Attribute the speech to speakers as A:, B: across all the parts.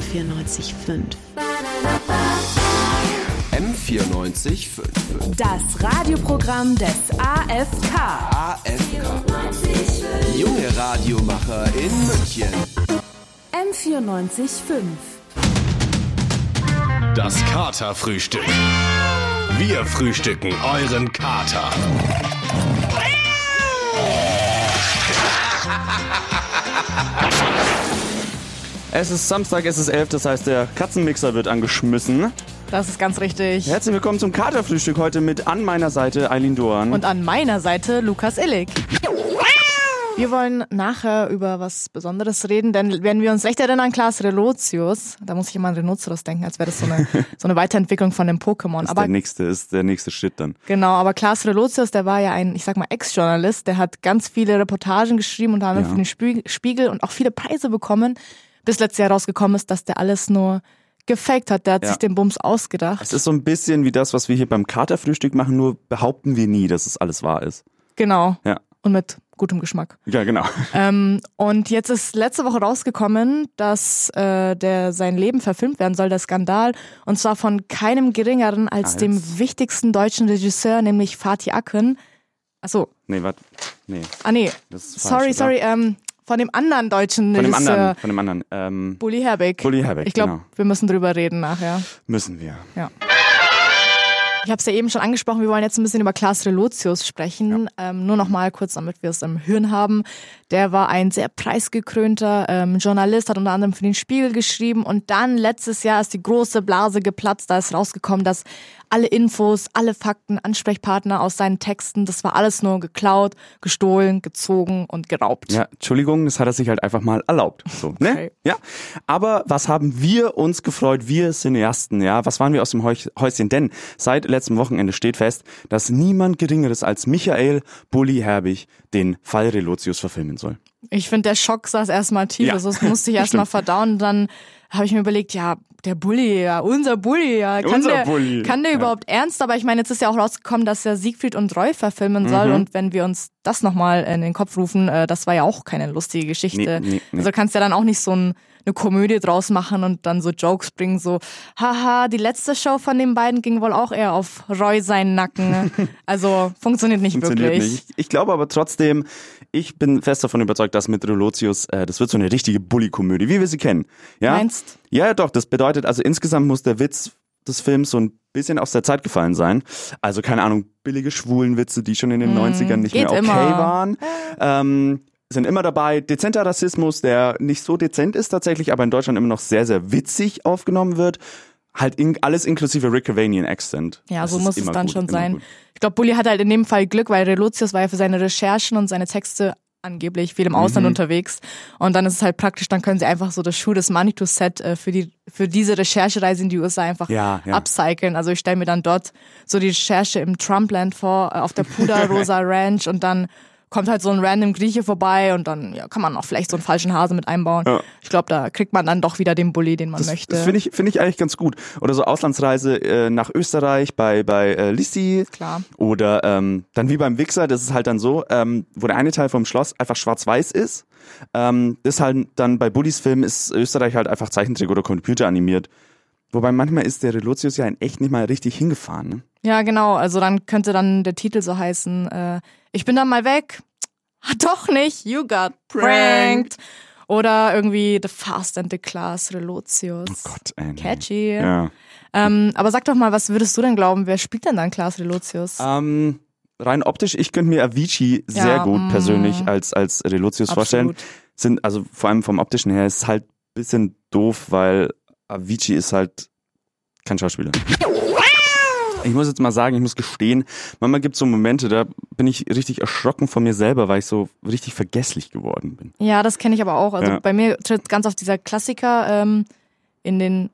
A: M945.
B: M94
C: Das Radioprogramm des AFK.
B: AFK. Junge Radiomacher in München.
C: M945.
D: Das Katerfrühstück. Wir frühstücken euren Kater.
E: Es ist Samstag, es ist 11, das heißt, der Katzenmixer wird angeschmissen.
F: Das ist ganz richtig.
E: Herzlich willkommen zum Katerfrühstück heute mit an meiner Seite Eileen Doan.
F: Und an meiner Seite Lukas Illig. Wir wollen nachher über was Besonderes reden, denn wenn wir uns recht erinnern, Klaas Relotius, da muss ich immer an Rhinoceros denken, als wäre das so eine, so eine Weiterentwicklung von dem Pokémon.
E: ist
F: Aber
E: der nächste, ist der nächste Shit dann.
F: genau, aber Klaas Relotius, der war ja ein, ich sag mal, Ex-Journalist, der hat ganz viele Reportagen geschrieben, unter anderem
E: Ja.
F: für den Spie- Spiegel und auch viele Preise bekommen, bis letztes Jahr rausgekommen ist, dass der alles nur gefaked hat. Der hat
E: Ja.
F: sich den Bums ausgedacht.
E: Es ist so ein bisschen wie das, was wir hier beim Katerfrühstück machen, nur behaupten wir nie, dass es alles wahr ist.
F: Genau.
E: Ja.
F: Und mit gutem Geschmack.
E: Ja, genau.
F: Ähm, und jetzt ist letzte Woche rausgekommen, dass äh, der sein Leben verfilmt werden soll, der Skandal. Und zwar von keinem geringeren als,
E: Als?
F: dem wichtigsten deutschen Regisseur, nämlich Fatih Akin. Achso,
E: Nee, warte. Nee,
F: ah nee,
E: das ist falsch,
F: sorry,
E: oder?
F: sorry, ähm, von dem anderen deutschen
E: Von dem
F: Regisseur,
E: anderen, von dem anderen. Ähm,
F: Bully Herbig.
E: Bully Herbig,
F: Ich glaube,
E: genau.
F: wir müssen drüber reden nachher.
E: müssen wir.
F: Ich habe es ja eben schon angesprochen, wir wollen jetzt ein bisschen über Klaas Relotius sprechen. Ähm, nur noch mal kurz, damit wir es im Hirn haben. Der war ein sehr preisgekrönter ähm, Journalist, hat unter anderem für den Spiegel geschrieben und dann letztes Jahr ist die große Blase geplatzt. Da ist rausgekommen, dass alle Infos, alle Fakten, Ansprechpartner aus seinen Texten, das war alles nur geklaut, gestohlen, gezogen und geraubt.
E: Ja, Entschuldigung, das hat er sich halt einfach mal erlaubt. So, ne?
F: Okay.
E: Ja. Aber was haben wir uns gefreut, wir Cineasten, ja? Was waren wir aus dem Heuch- Häuschen? Denn seit letztem Wochenende steht fest, dass niemand Geringeres als Michael Bulli Herbig den Fall Relotius verfilmen soll.
F: Ich finde, der Schock saß erstmal tief.
E: Ja.
F: Also das musste ich erstmal verdauen. Dann habe ich mir überlegt, ja, der Bulli, ja, unser Bulli, ja. Kann
E: Unser
F: der,
E: Bulli.
F: Kann der
E: Ja.
F: überhaupt ernst? Aber ich meine, jetzt ist ja auch rausgekommen, dass er Siegfried und Roy verfilmen
E: Mhm.
F: soll. Und wenn wir uns das nochmal in den Kopf rufen, äh, das war ja auch keine lustige Geschichte.
E: Nee, nee, nee.
F: Also kannst ja dann auch nicht so ein, eine Komödie draus machen und dann so Jokes bringen, so, haha, die letzte Show von den beiden ging wohl auch eher auf Roy seinen Nacken. Also funktioniert nicht
E: Funktioniert
F: wirklich.
E: nicht. Ich glaube aber trotzdem, ich bin fest davon überzeugt, dass mit Relotius, äh, das wird so eine richtige Bulli-Komödie, wie wir sie kennen. Ja?
F: Meinst?
E: Ja, doch. Das bedeutet, also insgesamt muss der Witz des Films so ein bisschen aus der Zeit gefallen sein. Also keine Ahnung, billige Schwulenwitze, die schon in den 90ern nicht
F: Mhm. geht
E: mehr okay
F: immer.
E: waren. Ähm, sind immer dabei. Dezenter Rassismus, der nicht so dezent ist tatsächlich, aber in Deutschland immer noch sehr, sehr witzig aufgenommen wird. Halt in, alles inklusive Rick Cavanian Accent.
F: Ja,
E: Das
F: so
E: ist
F: muss es
E: immer
F: dann
E: gut,
F: schon
E: immer
F: sein.
E: gut.
F: Ich glaube, Bulli hat halt in dem Fall Glück, weil Relotius war ja für seine Recherchen und seine Texte angeblich viel im
E: Mhm.
F: Ausland unterwegs. Und dann ist es halt praktisch, dann können sie einfach so das Schuh des Manitou-Set äh, für, die, für diese Recherchereise in die USA einfach
E: Ja, ja.
F: upcyclen. Also ich stelle mir dann dort so die Recherche im Trumpland vor, äh, auf der Puderrosa Ranch und dann kommt halt so ein random Grieche vorbei und dann ja, kann man auch vielleicht so einen falschen Hase mit einbauen.
E: Ja.
F: Ich glaube, da kriegt man dann doch wieder den Bulli, den man
E: Das,
F: möchte.
E: das finde ich, finde ich eigentlich ganz gut. Oder so Auslandsreise äh, nach Österreich bei, bei äh, Lissi.
F: Klar.
E: Oder ähm, dann wie beim Wichser, das ist halt dann so, ähm, wo der eine Teil vom Schloss einfach schwarz-weiß ist. Ähm, das ist halt dann bei Bullis Film ist Österreich halt einfach Zeichentrick oder computeranimiert. Wobei manchmal ist der Relotius ja in echt nicht mal richtig hingefahren. Ne?
F: Ja, genau. Also dann könnte dann der Titel so heißen, äh, ich bin dann mal weg. Ah, Doch nicht, you got pranked. Oder irgendwie The Fast and the Class, Relotius.
E: Oh Gott, ey. nee.
F: Catchy.
E: Ja.
F: Ähm, aber sag doch mal, was würdest du denn glauben, wer spielt denn dann Class Relotius?
E: Ähm, rein optisch, ich könnte mir Avicii
F: Ja,
E: sehr gut
F: mm.
E: persönlich als, als Relotius vorstellen. sind, also vor allem vom optischen her, ist halt ein bisschen doof, weil Avicii ist halt kein Schauspieler. Ich muss jetzt mal sagen, ich muss gestehen, manchmal gibt es so Momente, da bin ich richtig erschrocken von mir selber, weil ich so richtig vergesslich geworden bin.
F: Ja, das kenne ich aber auch. Also
E: Ja.
F: bei mir tritt ganz oft dieser Klassiker ähm, in den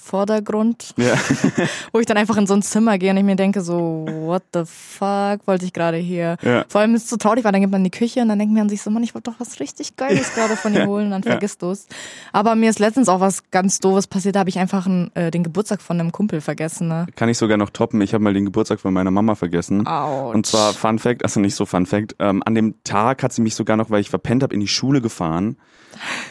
F: Vordergrund,
E: Ja.
F: wo ich dann einfach in so ein Zimmer gehe und ich mir denke so, what the fuck wollte ich gerade hier?
E: Ja.
F: Vor allem ist es so traurig, weil dann geht man in die Küche und dann denkt man sich so, Mann, ich wollte doch was richtig Geiles gerade von dir holen und dann vergisst du's. Aber mir ist letztens auch was ganz Doofes passiert, da habe ich einfach einen, äh, den Geburtstag von einem Kumpel vergessen. Ne?
E: Kann ich sogar noch toppen, ich habe mal den Geburtstag von meiner Mama vergessen.
F: Autsch.
E: Und zwar Fun Fact, also nicht so Fun Fact, ähm, an dem Tag hat sie mich sogar noch, weil ich verpennt habe, in die Schule gefahren.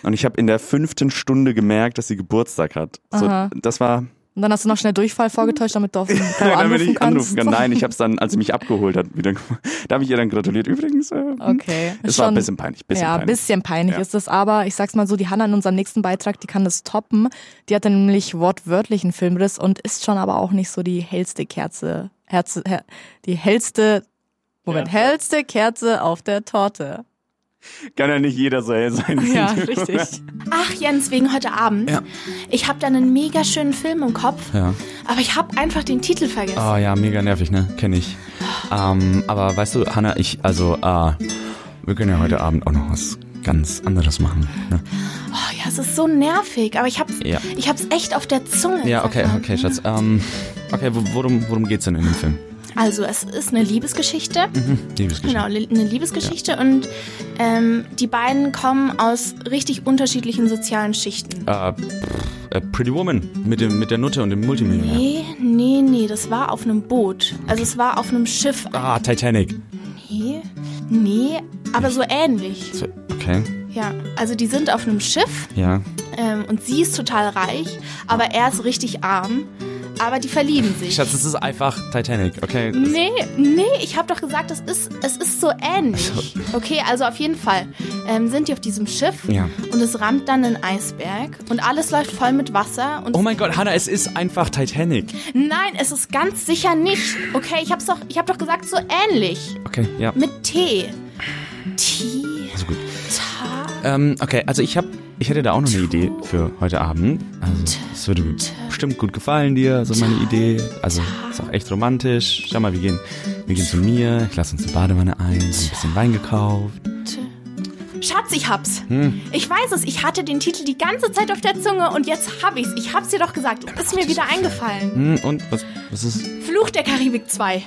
E: Und ich habe in der fünften Stunde gemerkt, dass sie Geburtstag hat. So,
F: Aha.
E: das war,
F: Und dann hast du noch schnell Durchfall vorgetäuscht, damit du auf den Büro
E: damit
F: anrufen
E: ich
F: kannst.
E: anrufen kann. Nein, ich habe es dann, als sie mich abgeholt hat, wieder gemacht. Da habe ich ihr dann gratuliert. Übrigens, äh,
F: Okay.
E: es
F: Ist
E: war ein
F: schon-
E: bisschen peinlich. Bisschen
F: ja,
E: peinlich.
F: bisschen peinlich
E: Ja.
F: ist das, aber ich sag's mal so, die Hanna in unserem nächsten Beitrag, die kann das toppen. Die hatte nämlich wortwörtlich einen Filmriss und ist schon aber auch nicht so die hellste Kerze, Herze, her, die hellste, Moment, hellste Kerze auf der Torte.
E: Kann ja nicht jeder so hell sein. wie
F: Ja,
E: du.
F: richtig.
A: Ach Jens, wegen heute Abend. Ich habe da einen mega schönen Film im Kopf,
G: Ja.
A: aber ich habe einfach den Titel vergessen.
E: Ah,
G: Oh ja, mega nervig, ne? Kenn ich. Ähm, aber weißt du, Hanna, ich, also, äh, wir können ja heute Abend auch noch was ganz anderes machen. Ne?
A: Oh ja, es ist so nervig, aber ich hab's,
G: Ja.
A: ich hab's echt auf der Zunge. ne?
G: Ja,
A: sag
G: okay,
A: mal.
G: okay, Schatz. Ähm, okay, wo- worum, worum geht's denn in dem Film?
A: Also es ist eine Liebesgeschichte.
G: Mhm. Liebesgeschichte.
A: Genau, li- eine Liebesgeschichte und ähm, die beiden kommen aus richtig unterschiedlichen sozialen Schichten.
G: Äh, pff, äh, Pretty Woman mit, dem, mit der Nutte und dem Multimillionär.
A: Nee, nee, nee, das war auf einem Boot. Also es war auf einem Schiff.
G: Ah, Titanic.
A: Nee, nee, aber so ähnlich.
G: So, Okay,
A: Ja, also die sind auf einem Schiff
G: ja.
A: ähm, und sie ist total reich, aber er ist richtig arm. Aber die verlieben sich.
G: Schatz, es ist einfach Titanic, okay?
A: Nee, nee, ich habe doch gesagt, es ist, es ist so ähnlich. Okay, also auf jeden Fall ähm, sind die auf diesem Schiff
G: Ja.
A: und es rammt dann ein Eisberg und alles läuft voll mit Wasser und
G: Oh
E: Um-
G: mein Gott, Hanna, es ist einfach Titanic.
A: nein, es ist ganz sicher nicht. Okay, ich hab's doch, ich habe doch gesagt, so ähnlich
G: Okay, ja.
A: mit T. T.
G: Also gut. Ähm, okay, also ich habe, ich hätte da auch noch eine Idee für heute Abend. Also es würde mir bestimmt gut gefallen dir, so meine Idee. Also ist auch echt romantisch. Schau mal, wir gehen, wir gehen zu mir. Ich lasse uns eine Badewanne ein, hab ein bisschen Wein gekauft.
A: Schatz, ich hab's. Ich weiß es, ich hatte den Titel die ganze Zeit auf der Zunge und jetzt hab ich's. Ich hab's dir doch gesagt. Es ist mir wieder eingefallen.
G: Hm, und was, was ist?
A: Fluch der Karibik 2.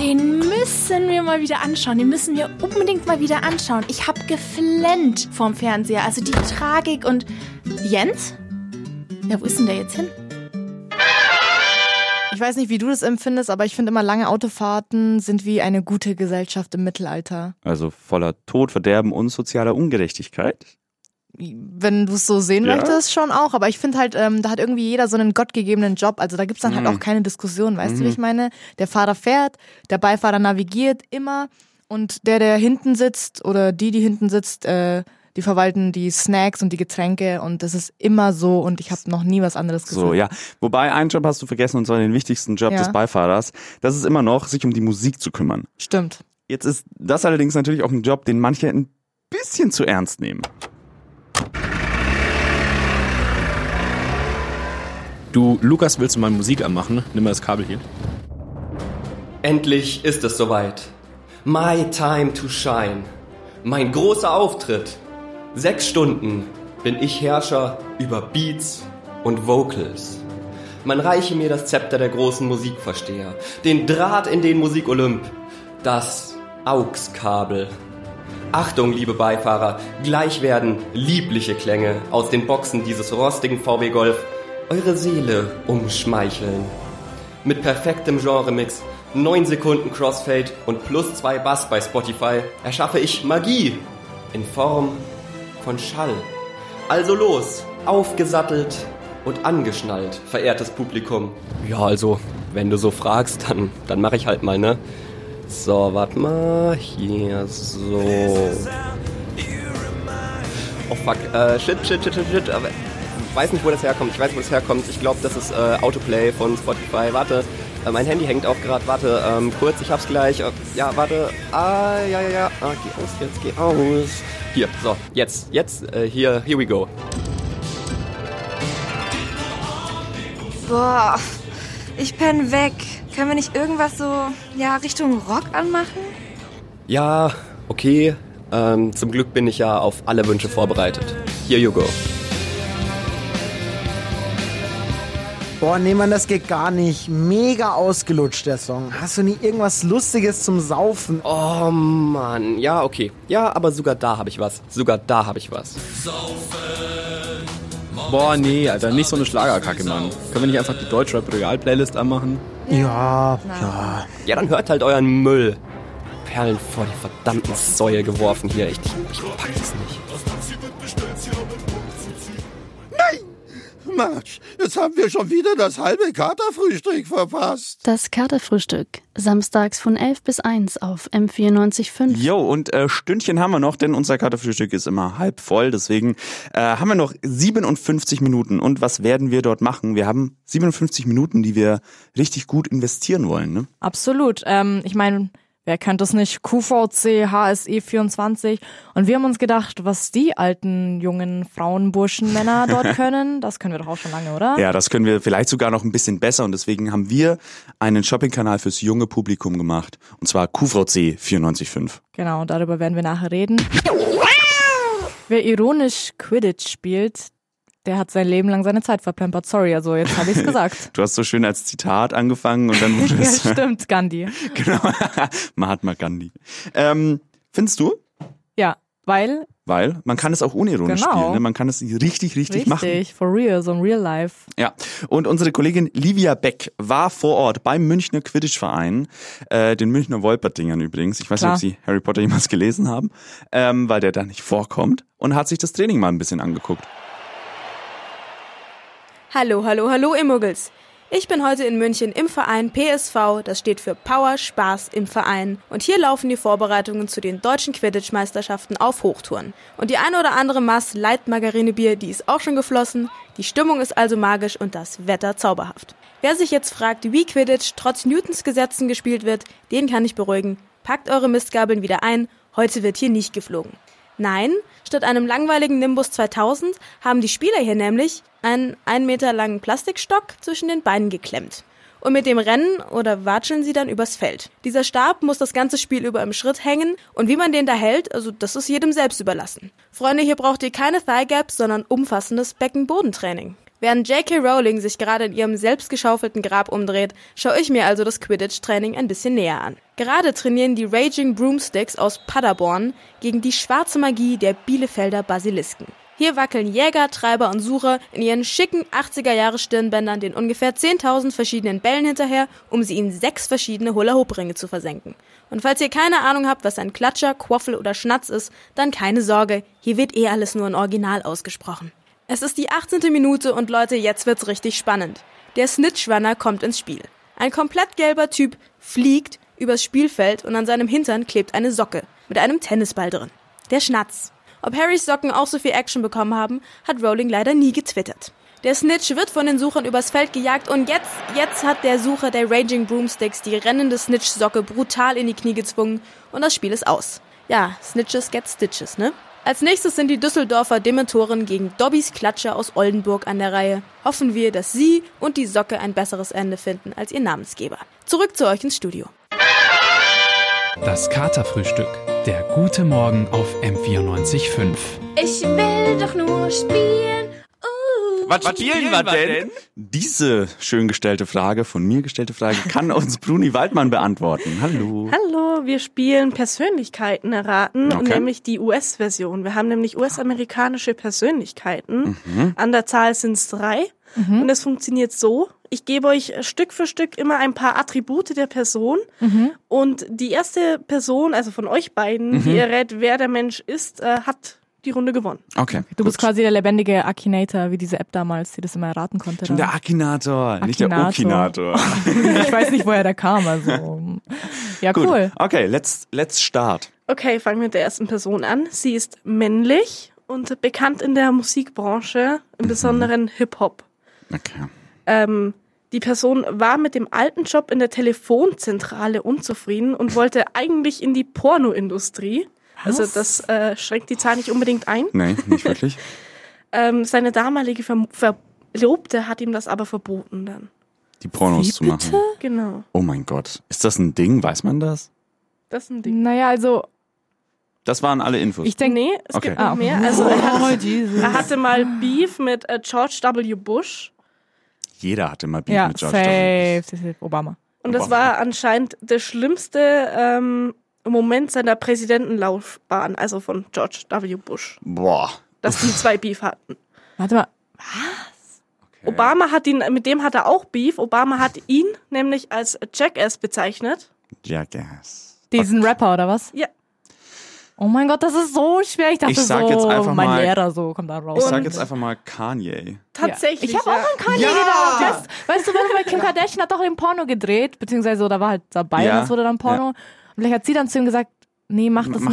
A: Den müssen wir mal wieder anschauen. Den müssen wir unbedingt mal wieder anschauen. Ich hab geflennt vorm Fernseher. Also die Tragik und. Jens? Ja, wo ist denn der jetzt hin?
F: Ich weiß nicht, wie du das empfindest, aber ich finde immer lange Autofahrten sind wie eine gute Gesellschaft im Mittelalter.
E: Also voller Tod, Verderben und sozialer Ungerechtigkeit.
F: Wenn du es so sehen
E: Ja.
F: möchtest, schon auch. Aber ich finde halt, ähm, da hat irgendwie jeder so einen gottgegebenen Job. Also da gibt's dann
E: Mhm.
F: halt auch keine Diskussion, weißt du, wie ich meine? Der Fahrer fährt, der Beifahrer navigiert immer und der, der hinten sitzt oder die, die hinten sitzt, äh, die verwalten die Snacks und die Getränke und das ist immer so und ich habe noch nie was anderes gesehen.
E: So, ja. Wobei, einen Job hast du vergessen, und zwar den wichtigsten Job
F: Ja.
E: des Beifahrers. Das ist immer noch, sich um die Musik zu kümmern.
F: Stimmt.
E: Jetzt ist das allerdings natürlich auch ein Job, den manche ein bisschen zu ernst nehmen.
H: Du, Lukas, willst du mal Musik anmachen? Nimm mal das Kabel hier.
I: Endlich ist es soweit. My time to shine. Mein großer Auftritt. Sechs Stunden bin ich Herrscher über Beats und Vocals. Man reiche mir das Zepter der großen Musikversteher, den Draht in den Musikolymp, das AUX-Kabel. Achtung, liebe Beifahrer, gleich werden liebliche Klänge aus den Boxen dieses rostigen VW Golf eure Seele umschmeicheln. Mit perfektem Genremix, 9 Sekunden Crossfade und plus 2 Bass bei Spotify erschaffe ich Magie in Form von Schall. Also los, aufgesattelt und angeschnallt, verehrtes Publikum. Ja, also, wenn du so fragst, dann, dann mache ich halt mal, ne? So, warte mal, hier, so. Oh fuck, äh, shit, shit, shit, shit, shit, aber ich weiß nicht, wo das herkommt. Ich weiß, wo das herkommt. Ich glaube, das ist äh, Autoplay von Spotify. Warte, äh, mein Handy hängt auch gerade. Warte, ähm, kurz, ich hab's gleich. Äh, ja, warte. Ah, ja, ja, ja. Ah, geh aus, jetzt geh aus. Hier, so, jetzt, jetzt, äh, hier, here we go.
J: Boah, ich penne weg. Können wir nicht irgendwas so, ja, Richtung Rock anmachen?
I: Ja, okay. Ähm, zum Glück bin ich ja auf alle Wünsche vorbereitet. Here you go.
K: Boah, nee, man, das geht gar nicht. Mega ausgelutscht, der Song. Hast du nie irgendwas Lustiges zum Saufen?
I: Oh Mann, ja, okay. Ja, aber sogar da habe ich was. Sogar da habe ich was.
H: Boah, nee, Alter, nicht so eine Schlagerkacke, Mann. Können wir nicht einfach die Deutschrap-Regal-Playlist anmachen?
K: Ja,
I: Ja, dann hört halt euren Müll. Perlen vor die verdammten Säue geworfen hier. Ich, ich pack das nicht.
L: Nein! Marsch, jetzt haben wir schon wieder das halbe Katerfrühstück verpasst.
M: Das Katerfrühstück, samstags von 11 bis 1 auf M945.
E: Jo, und äh, Stündchen haben wir noch, denn unser Katerfrühstück ist immer halb voll. Deswegen äh, haben wir noch 57 Minuten. Und was werden wir dort machen? Wir haben 57 Minuten, die wir richtig gut investieren wollen. Ne?
F: Absolut. Ähm, ich meine, wer kennt das nicht? QVC, HSE 24. E Und wir haben uns gedacht, was die alten, jungen Frauen, Burschen, Männer dort können, das können wir doch auch schon lange, oder?
E: Ja, das können wir vielleicht sogar noch ein bisschen besser. Und deswegen haben wir einen Shopping-Kanal fürs junge Publikum gemacht. Und zwar QVC 945.
F: Genau, darüber werden wir nachher reden. Wer ironisch Quidditch spielt, der hat sein Leben lang seine Zeit verplempert. Sorry, also jetzt habe ich es gesagt.
E: du hast so schön als Zitat angefangen und dann wurde
F: ja, stimmt, Gandhi.
E: genau, Mahatma Gandhi. Ähm, findest du?
F: Ja, weil.
E: Weil man kann es auch unironisch
F: Genau.
E: spielen, ne? man kann es richtig, richtig, richtig machen.
F: Richtig, for real, so ein real life.
E: Ja, und unsere Kollegin Livia Beck war vor Ort beim Münchner Quidditch-Verein, äh, den Münchner Wolpertingern übrigens. Ich weiß
F: Klar.
E: nicht, ob Sie Harry Potter jemals gelesen haben, ähm, weil der da nicht vorkommt und hat sich das Training mal ein bisschen angeguckt.
N: Hallo, hallo, hallo, ihr Muggels. Ich bin heute in München im Verein PSV, das steht für Power Spaß im Verein. Und hier laufen die Vorbereitungen zu den deutschen Quidditch-Meisterschaften auf Hochtouren. Und die eine oder andere Maß Light-Margarinebier, die ist auch schon geflossen. Die Stimmung ist also magisch und das Wetter zauberhaft. Wer sich jetzt fragt, wie Quidditch trotz Newtons Gesetzen gespielt wird, den kann ich beruhigen. Packt eure Mistgabeln wieder ein, heute wird hier nicht geflogen. Nein, statt einem langweiligen Nimbus 2000 haben die Spieler hier nämlich einen 1 Meter langen Plastikstock zwischen den Beinen geklemmt. Und mit dem rennen oder watscheln sie dann übers Feld. Dieser Stab muss das ganze Spiel über im Schritt hängen und wie man den da hält, also das ist jedem selbst überlassen. Freunde, hier braucht ihr keine Thigh Gaps, sondern umfassendes Beckenbodentraining. Während J.K. Rowling sich gerade in ihrem selbstgeschaufelten Grab umdreht, schaue ich mir also das Quidditch-Training ein bisschen näher an. Gerade trainieren die Raging Broomsticks aus Paderborn gegen die schwarze Magie der Bielefelder Basilisken. Hier wackeln Jäger, Treiber und Sucher in ihren schicken 80er-Jahre-Stirnbändern den ungefähr 10.000 verschiedenen Bällen hinterher, um sie in sechs verschiedene Hula-Hoop-Ringe zu versenken. Und falls ihr keine Ahnung habt, was ein Klatscher, Quaffel oder Schnatz ist, dann keine Sorge, hier wird eh alles nur in Original ausgesprochen. Es ist die 18. Minute und Leute, jetzt wird's richtig spannend. Der Snitch Runner kommt ins Spiel. Ein komplett gelber Typ fliegt übers Spielfeld und an seinem Hintern klebt eine Socke mit einem Tennisball drin. Der Schnatz. Ob Harrys Socken auch so viel Action bekommen haben, hat Rowling leider nie getwittert. Der Snitch wird von den Suchern übers Feld gejagt und jetzt, jetzt hat der Sucher der Raging Broomsticks die rennende Snitch-Socke brutal in die Knie gezwungen und das Spiel ist aus. Ja, Snitches get Stitches, ne? Als nächstes sind die Düsseldorfer Dementoren gegen Dobbys Klatscher aus Oldenburg an der Reihe. Hoffen wir, dass sie und die Socke ein besseres Ende finden als ihr Namensgeber. Zurück zu euch ins Studio.
O: Das Katerfrühstück. Der gute Morgen auf M945.
P: Ich will doch nur spielen.
E: Was spielen wir denn? Diese schön gestellte Frage, von mir gestellte Frage, kann uns Bruni Waldmann beantworten. Hallo.
A: Hallo, wir spielen Persönlichkeiten erraten,
E: Okay.
A: nämlich die US-Version. Wir haben nämlich US-amerikanische Persönlichkeiten.
Q: Mhm.
A: An der Zahl sind es drei. Und es funktioniert
E: Oh,
A: so. Ich gebe euch Stück für Stück immer ein paar Attribute der Person.
N: Mhm.
A: Und die erste Person, also von euch beiden,
F: Mhm.
A: die errät, wer der Mensch ist, äh, hat die Runde gewonnen.
E: Okay.
F: Du bist quasi der lebendige Akinator, wie diese App damals, die das immer erraten konnte.
E: Stimmt,
F: dann.
E: der Akinator, nicht der
F: Akinator.
E: Okinator.
F: ich weiß nicht, woher der kam. Also. Ja,
E: Gut.
F: cool.
E: Okay, let's, let's start.
A: Okay, fangen wir mit der ersten Person an. Sie ist männlich und bekannt in der Musikbranche,
N: Mhm.
A: im Besonderen Hip-Hop.
E: Okay.
A: Ähm, die Person war mit dem alten Job in der Telefonzentrale unzufrieden und wollte eigentlich in die Pornoindustrie. Also
E: Was?
A: das äh, schränkt die Zahl nicht unbedingt ein.
E: Nee, nicht wirklich.
A: Ähm, seine damalige Verm- Verlobte hat ihm das aber verboten dann.
E: Die Pornos zu machen.
A: Genau,
E: Oh mein Gott. Ist das ein Ding? Weiß man das?
A: das ist ein Ding.
F: Naja, also
E: Das waren alle Infos.
A: Ich denke, nee, es
E: Okay.
A: gibt noch
E: Ah, okay.
A: mehr. Also er,
F: Oh,
A: hat,
F: Jesus.
A: er hatte mal Beef mit äh, George W. Bush.
E: Jeder hatte mal Beef
F: ja,
E: mit George W.
F: safe, safe, Obama.
A: Und das
E: Wow.
A: war anscheinend der schlimmste ähm, Moment seiner Präsidentenlaufbahn, also von George W. Bush,
E: Boah.
A: dass die zwei Beef hatten.
F: Warte mal.
A: Obama hat ihn, mit dem hat er auch Beef. Obama hat ihn nämlich als Jackass bezeichnet.
E: Jackass.
F: Diesen Rapper oder was?
A: Ja.
F: Oh mein Gott, das ist so schwer. Ich dachte
E: Ich sag
F: so,
E: jetzt einfach
F: mein
E: mal-
F: Lehrer so kommt da raus.
E: Ich sag jetzt einfach mal Kanye.
R: Tatsächlich,
F: Ich habe auch
R: ja.
F: an Kanye
R: Ja!
F: gedacht. Weißt, weißt du, weil Kim Kardashian hat doch den Porno gedreht, beziehungsweise da war halt dabei
E: Ja,
F: und es wurde dann Porno.
E: ja.
F: Und vielleicht hat sie dann zu ihm gesagt, nee, mach das
E: Mach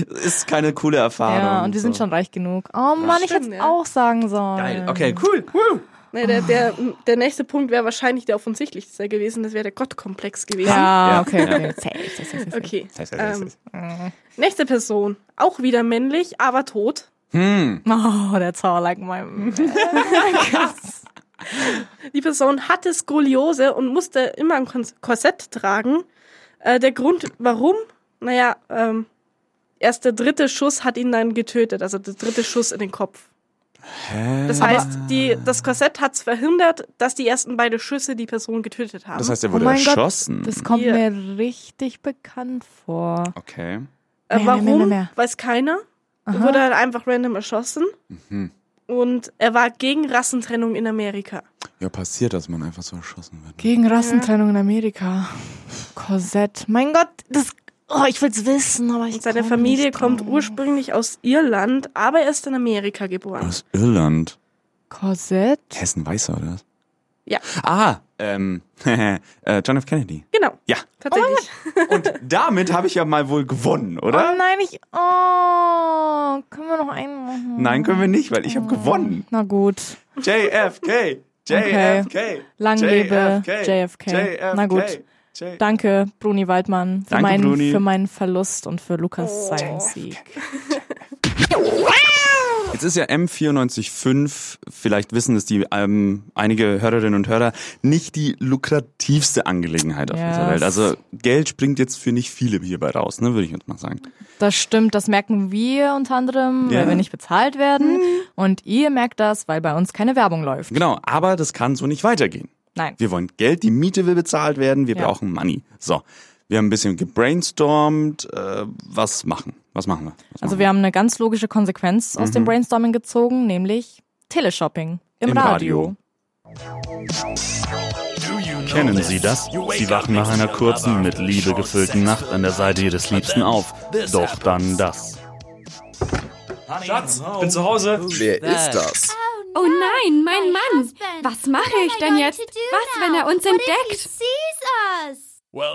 E: das nicht. Ist keine coole Erfahrung.
F: Ja, und wir sind
E: So.
F: schon reich genug. Oh Mann, ich
R: stimmt,
F: hätte
R: ja.
F: auch sagen sollen.
E: Geil. Okay, cool. Woo.
R: Nee, der, der, der nächste Punkt wäre wahrscheinlich der offensichtlichste gewesen. Das wäre der Gottkomplex gewesen.
F: Ja, Ja, okay, ja. okay. Safe, safe, safe, safe.
R: Okay.
F: Safe, safe,
R: Ähm,
F: safe, safe.
R: nächste Person. Auch wieder männlich, aber tot.
E: Hm.
F: Oh, that's how I like my...
R: Die Person hatte Skoliose und musste immer ein Kons- Korsett tragen. Äh, der Grund, warum? Naja, ähm, erst der dritte Schuss hat ihn dann getötet. Also der dritte Schuss in den Kopf.
E: Hä?
R: Das heißt, die, das Korsett hat es verhindert, dass die ersten beiden Schüsse die Person getötet haben.
E: Das heißt, er wurde
F: Oh mein Gott,
E: erschossen.
F: das kommt
R: Ja.
F: mir richtig bekannt vor.
E: Okay.
R: Äh,
F: Mehr, mehr,
R: warum?
F: mehr, mehr, mehr.
R: Weiß keiner. Er
F: Aha.
R: wurde halt einfach random erschossen.
E: Hm.
R: Und er war gegen Rassentrennung in Amerika.
E: Ja, passiert, dass man einfach so erschossen wird.
F: Gegen Rassentrennung in Amerika. Korsett. Mein Gott, das. Oh, ich will's wissen, aber ich.
R: Seine Familie kommt ursprünglich aus Irland, aber er ist in Amerika geboren.
E: Aus Irland.
F: Korsett?
E: Hessen weißer, oder? was?
R: Ja,
E: Ah, ähm, äh, John F. Kennedy.
R: genau.
E: Ja. Oh
R: Tatsächlich.
E: Damit habe ich ja mal wohl gewonnen,
F: Oh
E: oder?
F: nein, ich. Oh. Können wir noch einen machen?
E: Nein, können wir nicht, weil ich habe gewonnen.
F: Na gut.
E: JFK.
F: Okay.
E: JFK.
F: Lang lebe JFK. Na gut.
E: JFK.
F: Danke, Bruni Waldmann, für,
E: Danke,
F: meinen,
E: Bruni.
F: für meinen Verlust und für Lukas seinen Sieg.
E: Jetzt ist ja M945, vielleicht wissen es die ähm, einige Hörerinnen und Hörer, nicht die lukrativste Angelegenheit auf
F: Yes.
E: dieser Welt. Also Geld springt jetzt für nicht viele hierbei raus, ne, würde ich jetzt mal sagen.
F: Das stimmt, das merken wir unter anderem,
E: Ja. Hm.
F: weil wir nicht bezahlt werden. Und ihr merkt das, weil bei uns keine Werbung läuft.
E: Genau, aber das kann so nicht weitergehen.
F: Nein.
E: Wir wollen Geld, die Miete will bezahlt werden, wir
F: Ja.
E: brauchen Money. So, wir haben ein bisschen gebrainstormt, äh, was machen? Was machen wir? Was
F: Also
E: machen
F: wir haben eine ganz logische Konsequenz aus dem
E: Mhm.
F: Brainstorming gezogen, nämlich Teleshopping im,
E: Im
F: Radio.
E: Radio.
O: Kennen Sie das? Sie wachen nach einer kurzen, mit Liebe gefüllten Nacht an der Seite Ihres Liebsten auf. Doch dann das.
S: Schatz,
O: bin zu Hause. Wer
S: ist
O: das?
S: Oh nein, mein Mann! Was mache ich denn jetzt? Was, wenn er uns entdeckt?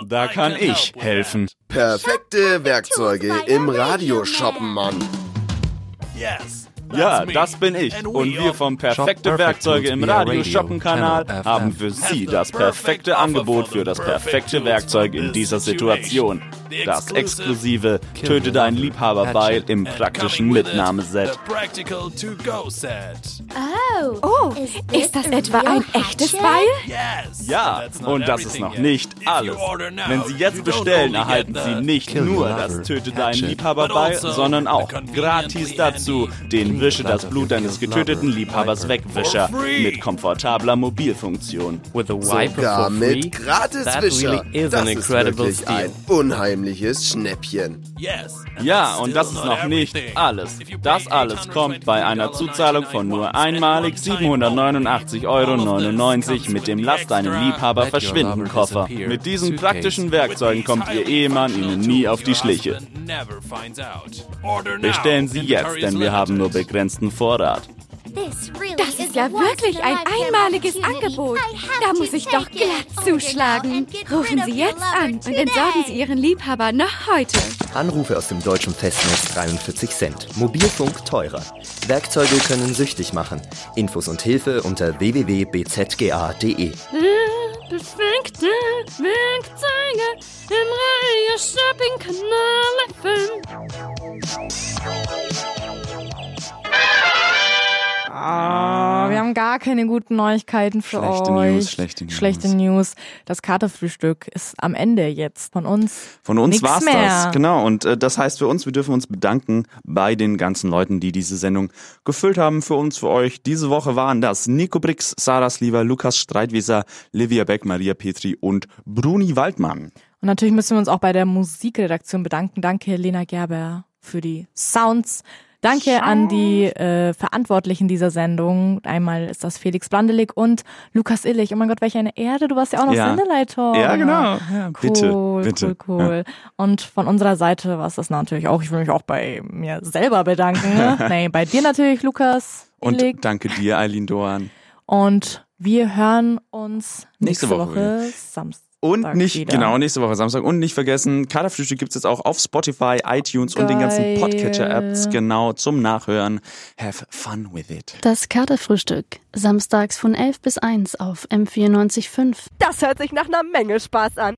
O: Da kann ich helfen.
B: Perfekte Werkzeuge Äh, im Radioshoppen, Mann.
O: Ja, das bin ich. Und wir vom Perfekte Werkzeuge im Radio Shoppen Kanal haben für Sie das perfekte Angebot für das perfekte Werkzeug in dieser Situation. Das exklusive Töte dein Liebhaberbeil im praktischen Mitnahmeset.
S: Practical to go set.
T: Oh,
S: Ist das etwa ein echtes Beil?
O: Ja, und das ist noch nicht alles. Wenn Sie jetzt bestellen, erhalten Sie nicht nur das Töte deinen Liebhaber bei, sondern auch gratis dazu den Wische das Blut deines getöteten Liebhabers wegwischer mit komfortabler Mobilfunktion.
B: Sogar mit Gratiswischer. das ist wirklich ein unheimliches Schnäppchen.
O: Ja, und das ist noch nicht alles. Das alles kommt bei einer Zuzahlung von nur einmalig 789,99 Euro mit dem Lass deinen Liebhaber verschwinden Koffer. Mit diesen praktischen Werkzeugen kommt Ihr Ehemann Ihnen nie auf die Schliche.
S: Never finds out.
O: Bestellen Sie jetzt, denn wir haben nur begrenzten Vorrat.
T: Das
S: ist ja wirklich ein einmaliges Angebot. Da muss ich doch glatt zuschlagen.
T: Rufen Sie jetzt an und entsorgen Sie
S: Ihren Liebhaber noch heute.
U: Anrufe aus dem deutschen Festnetz 43 Cent. Mobilfunk teurer. Werkzeuge können süchtig machen. Infos und Hilfe unter www.bzga.de.
T: Perfekte Werkzeuge im Radio Shopping Kanal
F: Ah, wir haben gar keine guten Neuigkeiten für
E: Schlechte
F: euch.
E: News, schlechte News.
F: Schlechte News. Das Katerfrühstück ist am Ende jetzt von uns.
E: Von uns
F: Nix
E: war's
F: mehr.
E: das. Genau. Und äh, das heißt für uns, wir dürfen uns bedanken bei den ganzen Leuten, die diese Sendung gefüllt haben für uns, für euch. Diese Woche waren das Nico Brix, Sarah Sliever, Lukas Streitwieser, Livia Beck, Maria Petri und Bruni Waldmann.
F: Und natürlich müssen wir uns auch bei der Musikredaktion bedanken. Danke, Lena Gerber, für die Sounds. Danke an die äh, Verantwortlichen dieser Sendung. Einmal ist das Felix Blandelig und Lukas Illig. Oh mein Gott, welche eine Ehre. Du warst ja auch noch
E: Ja.
F: Sendeleiter.
E: Ja, genau. Ja, bitte,
F: Oh, cool,
E: bitte.
F: Cool, cool. Und von unserer Seite war es das natürlich auch. Ich will mich auch bei mir selber bedanken. Ne? nee, bei dir natürlich, Lukas
E: Und
F: Illig.
E: danke dir, Eileen Doan.
F: Und wir hören uns nächste,
E: Nächste Woche
F: Woche,
E: wieder.
F: Samstag.
E: Und nicht,
F: wieder.
E: genau, nächste Woche Samstag. Und nicht vergessen, Katerfrühstück gibt es jetzt auch auf Spotify, iTunes und den ganzen
V: Geil.
E: Podcatcher-Apps, genau, zum Nachhören. Have fun with it.
V: Das Katerfrühstück. Samstags von 11 bis 1 auf M945.
C: Das hört sich nach einer Menge Spaß an.